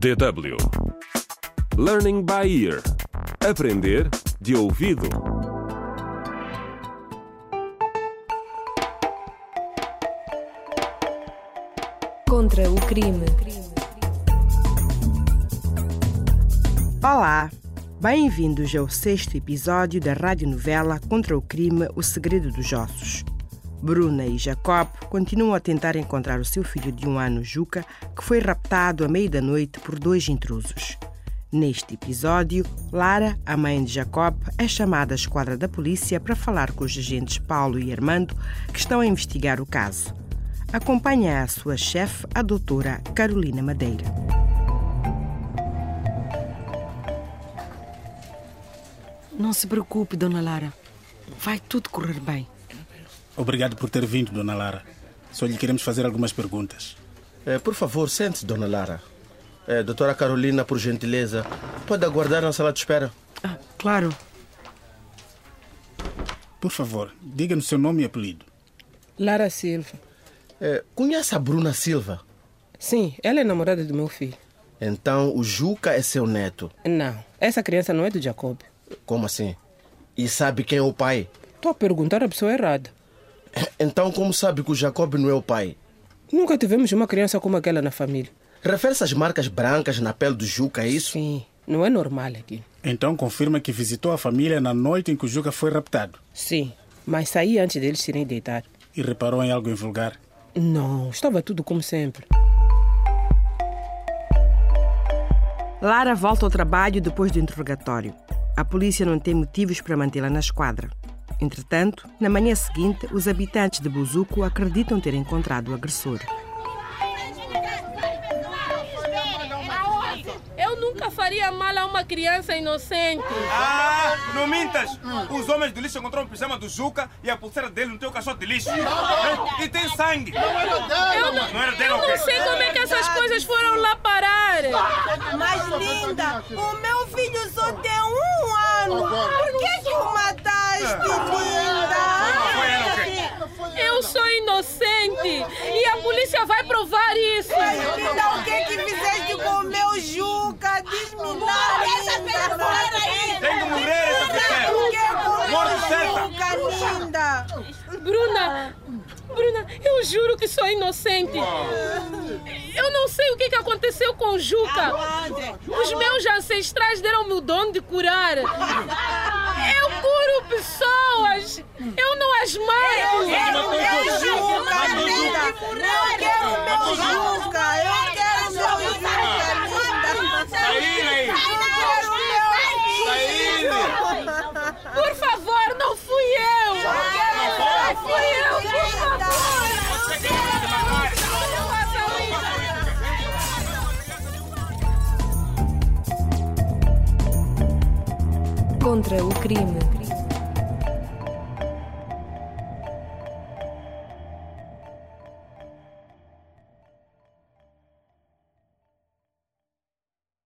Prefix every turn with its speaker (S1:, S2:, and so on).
S1: DW Learning by Ear Aprender de ouvido
S2: Contra o crime.
S3: Olá! Bem-vindos ao sexto episódio da radionovela Contra o Crime O Segredo dos Ossos. Bruna e Jacob continuam a tentar encontrar o seu filho de um ano, Juca, que foi raptado à meia da noite por dois intrusos. Neste episódio, Lara, a mãe de Jacob, é chamada à esquadra da polícia para falar com os agentes Paulo e Armando, que estão a investigar o caso. Acompanha a sua chefe, a doutora Carolina Madeira.
S4: Não se preocupe, Dona Lara. Vai tudo correr bem.
S5: Obrigado por ter vindo, Dona Lara. Só lhe queremos fazer algumas perguntas.
S6: É, por favor, sente-se, dona Lara. É, doutora Carolina, por gentileza, pode aguardar na sala de espera.
S4: Ah, claro.
S5: Por favor, diga-nos seu nome e apelido.
S7: Lara Silva.
S6: É, conhece a Bruna Silva?
S7: Sim, ela é namorada do meu filho.
S6: Então, o Juca é seu neto.
S7: Não, essa criança não é do Jacob.
S6: Como assim? E sabe quem é o pai?
S7: Estou a perguntar à pessoa errada.
S6: Então, como sabe que o Jacob não é o pai?
S7: Nunca tivemos uma criança como aquela na família.
S6: Refere-se às marcas brancas na pele do Juca, é isso?
S7: Sim, não é normal aqui.
S5: Então confirma que visitou a família na noite em que o Juca foi raptado
S7: Sim, mas saí antes deles irem deitar.
S5: e reparou em algo invulgar.
S7: Não, estava tudo como sempre.
S3: Lara volta ao trabalho depois do interrogatório. A polícia não tem motivos para mantê-la na esquadra. Entretanto, na manhã seguinte, os habitantes de Buzuco acreditam ter encontrado o agressor.
S8: Eu nunca faria mal a uma criança inocente.
S9: Ah, não mintas! Os homens do lixo encontraram o pijama do Juca e a pulseira dele no teu caixote de lixo. E tem sangue!
S8: Eu Ah, não,
S9: Não era
S8: eu
S9: dela, ok?
S8: não sei como é que essas coisas foram lá parar.
S10: Mas linda, o meu filho só tem um ano. Por que que o mataste,
S9: Foi
S8: é
S9: ela, ok?
S10: linda?
S8: Eu sou inocente e a polícia vai provar isso.
S10: Mas linda, o que que fizeste com o meu Juca? Diz-me nada, linda.
S9: Tem que morrer essa
S10: Sabe
S9: pulseira!
S10: o que é
S9: Morte certa.
S10: com o Juca, linda?
S8: Bruna, Bruna, eu juro que sou inocente. Ah. Eu não sei o que que aconteceu com o Juca. Os meus ancestrais deram-me o dom de curar. Eu curo pessoas. Eu não as mato.
S10: Eu quero Juca, linda. Eu quero o meu Juca. Eu quero o meu Juca,
S9: Aí,
S10: linda.
S9: Tá aí!
S10: Tá Eu quero o meu filho.
S8: Por favor, não fui eu.
S10: Tá
S8: Não fui eu, por favor.
S10: Tá
S8: Não façam isso.
S2: Contra o crime.